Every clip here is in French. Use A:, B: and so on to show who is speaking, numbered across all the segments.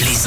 A: Les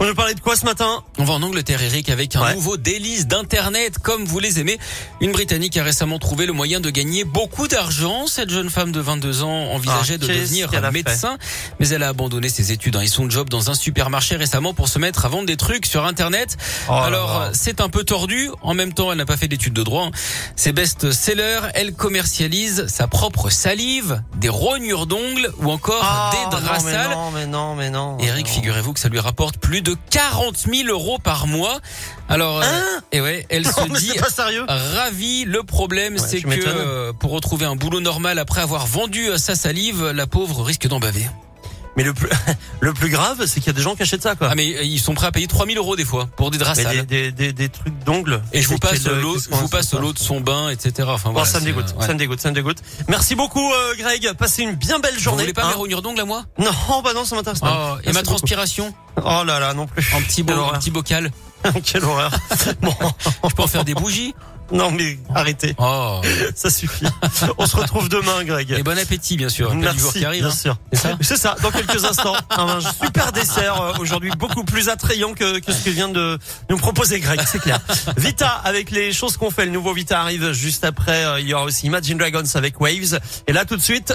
B: On va parler de quoi ce matin
C: On va en Angleterre, Eric, avec un
B: Ouais.
C: nouveau délice d'Internet, comme vous les aimez. Une Britannique a récemment trouvé le moyen de gagner beaucoup d'argent. Cette jeune femme de 22 ans envisageait
B: Ah,
C: de
B: qu'est-ce
C: devenir
B: qu'elle a
C: médecin, mais elle a abandonné ses études hein, et son job dans un supermarché récemment pour se mettre à vendre des trucs sur Internet.
B: Oh là
C: Alors,
B: là.
C: euh, c'est un peu tordu. En même temps, elle n'a pas fait d'études de droit. hein. Ses best-sellers, elle commercialise sa propre salive, des rognures d'ongles ou encore des draps sales.
B: Ah, Non, mais non, mais non. mais
C: Eric,
B: non.
C: figurez-vous que ça lui rapporte plus de 40 000 euros par mois. Alors, euh, et ouais, elle
B: Hein Ah, Non,
C: se
B: mais
C: dit
B: c'est pas sérieux.
C: ravie. Le problème, c'est
B: tu
C: que
B: m'étonnes.
C: euh, pour retrouver un boulot normal après avoir vendu euh, sa salive, la pauvre risque d'en baver.
B: Ah. Mais le plus, le plus grave, c'est qu'il y a des gens qui achètent ça, quoi.
C: Ah, mais euh, ils sont prêts à payer 3 000 euros des fois pour des draps
B: Mais
C: sales.
B: des, des, des, des trucs d'ongles.
C: Et je vous
B: Quel-
C: passe
B: quel-
C: l'eau,
B: qu'est-ce
C: je
B: qu'on
C: vous
B: a,
C: passe
B: ça
C: l'eau de son bain, etc. Enfin
B: Bon, bah,
C: voilà.
B: ça me
C: c'est,
B: dégoûte,
C: euh, ouais.
B: ça me dégoûte, ça me dégoûte. Merci beaucoup, euh, Greg. Passez une bien belle
C: Vous
B: journée.
C: voulez pas
B: hein.
C: mes rognures d'ongles à moi
B: Non, bah non, ça m'intéresse pas.
C: Oh, Et
B: Merci
C: ma
B: beaucoup.
C: transpiration
B: Oh là là, non plus.
C: En petit, bo-
B: Quelle
C: en
B: horreur.
C: petit bocal
B: Quelle horreur. Bon,
C: Je peux en faire des bougies
B: non mais arrêtez,
C: Oh
B: ça suffit. On se retrouve demain, Greg.
C: Et bon appétit, bien sûr. Appel du jour
B: Merci,
C: qui arrive.
B: bien
C: hein.
B: sûr.
C: C'est ça
B: C'est ça, dans quelques instants, un super dessert euh, aujourd'hui, beaucoup plus attrayant que, que ce que vient de nous proposer Greg, c'est clair. Vita, avec les choses qu'on fait, le nouveau Vita arrive juste après, euh, il y aura aussi Imagine Dragons avec Waves, et là tout de suite,